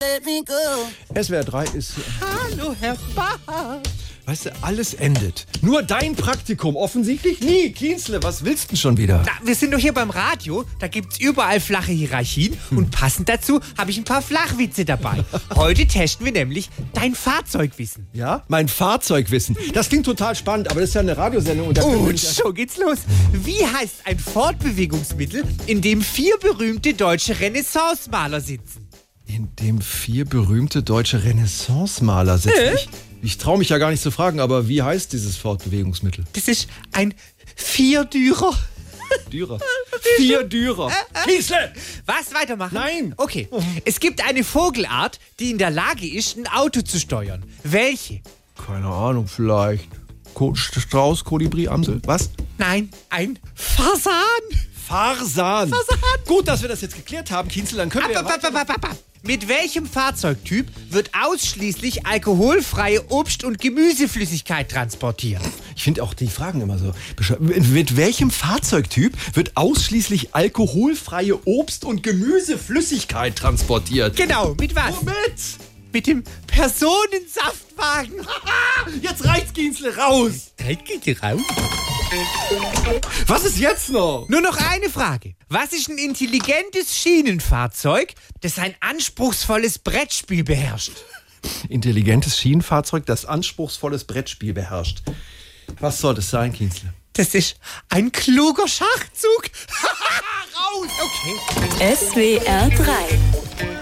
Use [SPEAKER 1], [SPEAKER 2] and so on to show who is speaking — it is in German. [SPEAKER 1] let me go.
[SPEAKER 2] SWR 3 ist.
[SPEAKER 1] Hallo, Herr Bach.
[SPEAKER 2] Weißt du, alles endet. Nur dein Praktikum offensichtlich nie. Kienzle, was willst du schon wieder?
[SPEAKER 1] Na, wir sind doch hier beim Radio. Da gibt's überall flache Hierarchien. Und passend dazu habe ich ein paar Flachwitze dabei. Heute testen wir nämlich dein Fahrzeugwissen.
[SPEAKER 2] Ja? Mein Fahrzeugwissen. Das klingt total spannend, aber das ist ja eine Radiosendung. Und da können wir
[SPEAKER 1] Und
[SPEAKER 2] nicht-
[SPEAKER 1] schon geht's los. Wie heißt ein Fortbewegungsmittel, in dem vier berühmte deutsche Renaissance-Maler sitzen?
[SPEAKER 2] in dem vier berühmte deutsche Renaissance-Maler sitzen. Ich, ich traue mich ja gar nicht zu fragen, aber wie heißt dieses Fortbewegungsmittel?
[SPEAKER 1] Das ist ein Vierdürer.
[SPEAKER 2] Dürer. Vier Dürer. Kienzle!
[SPEAKER 1] Was? Weitermachen?
[SPEAKER 2] Nein.
[SPEAKER 1] Okay. Es gibt eine Vogelart, die in der Lage ist, ein Auto zu steuern. Welche?
[SPEAKER 2] Keine Ahnung, vielleicht. Ko Strauß, Kolibri, Amsel. Was?
[SPEAKER 1] Nein, ein Fasan.
[SPEAKER 2] Farsan.
[SPEAKER 1] Farsan.
[SPEAKER 2] Gut, dass wir das jetzt geklärt haben, Kienzle. Dann können wir ja
[SPEAKER 1] Ab, ab, ab, ab, ab, ab. Mit welchem Fahrzeugtyp wird ausschließlich alkoholfreie Obst- und Gemüseflüssigkeit transportiert?
[SPEAKER 2] Ich finde auch die Fragen immer so. bescheu- Mit welchem Fahrzeugtyp wird ausschließlich alkoholfreie Obst- und Gemüseflüssigkeit transportiert?
[SPEAKER 1] Genau, mit was?
[SPEAKER 2] Womit?
[SPEAKER 1] Mit dem Personensaftwagen.
[SPEAKER 2] Jetzt reicht's, Ginsle, raus! Was ist jetzt noch?
[SPEAKER 1] Nur noch eine Frage. Was ist ein intelligentes Schienenfahrzeug, das ein anspruchsvolles Brettspiel beherrscht?
[SPEAKER 2] Intelligentes Schienenfahrzeug, das anspruchsvolles Brettspiel beherrscht. Was soll das sein, Kienzle?
[SPEAKER 1] Das ist ein kluger Schachzug. Raus! Okay.
[SPEAKER 3] SWR 3.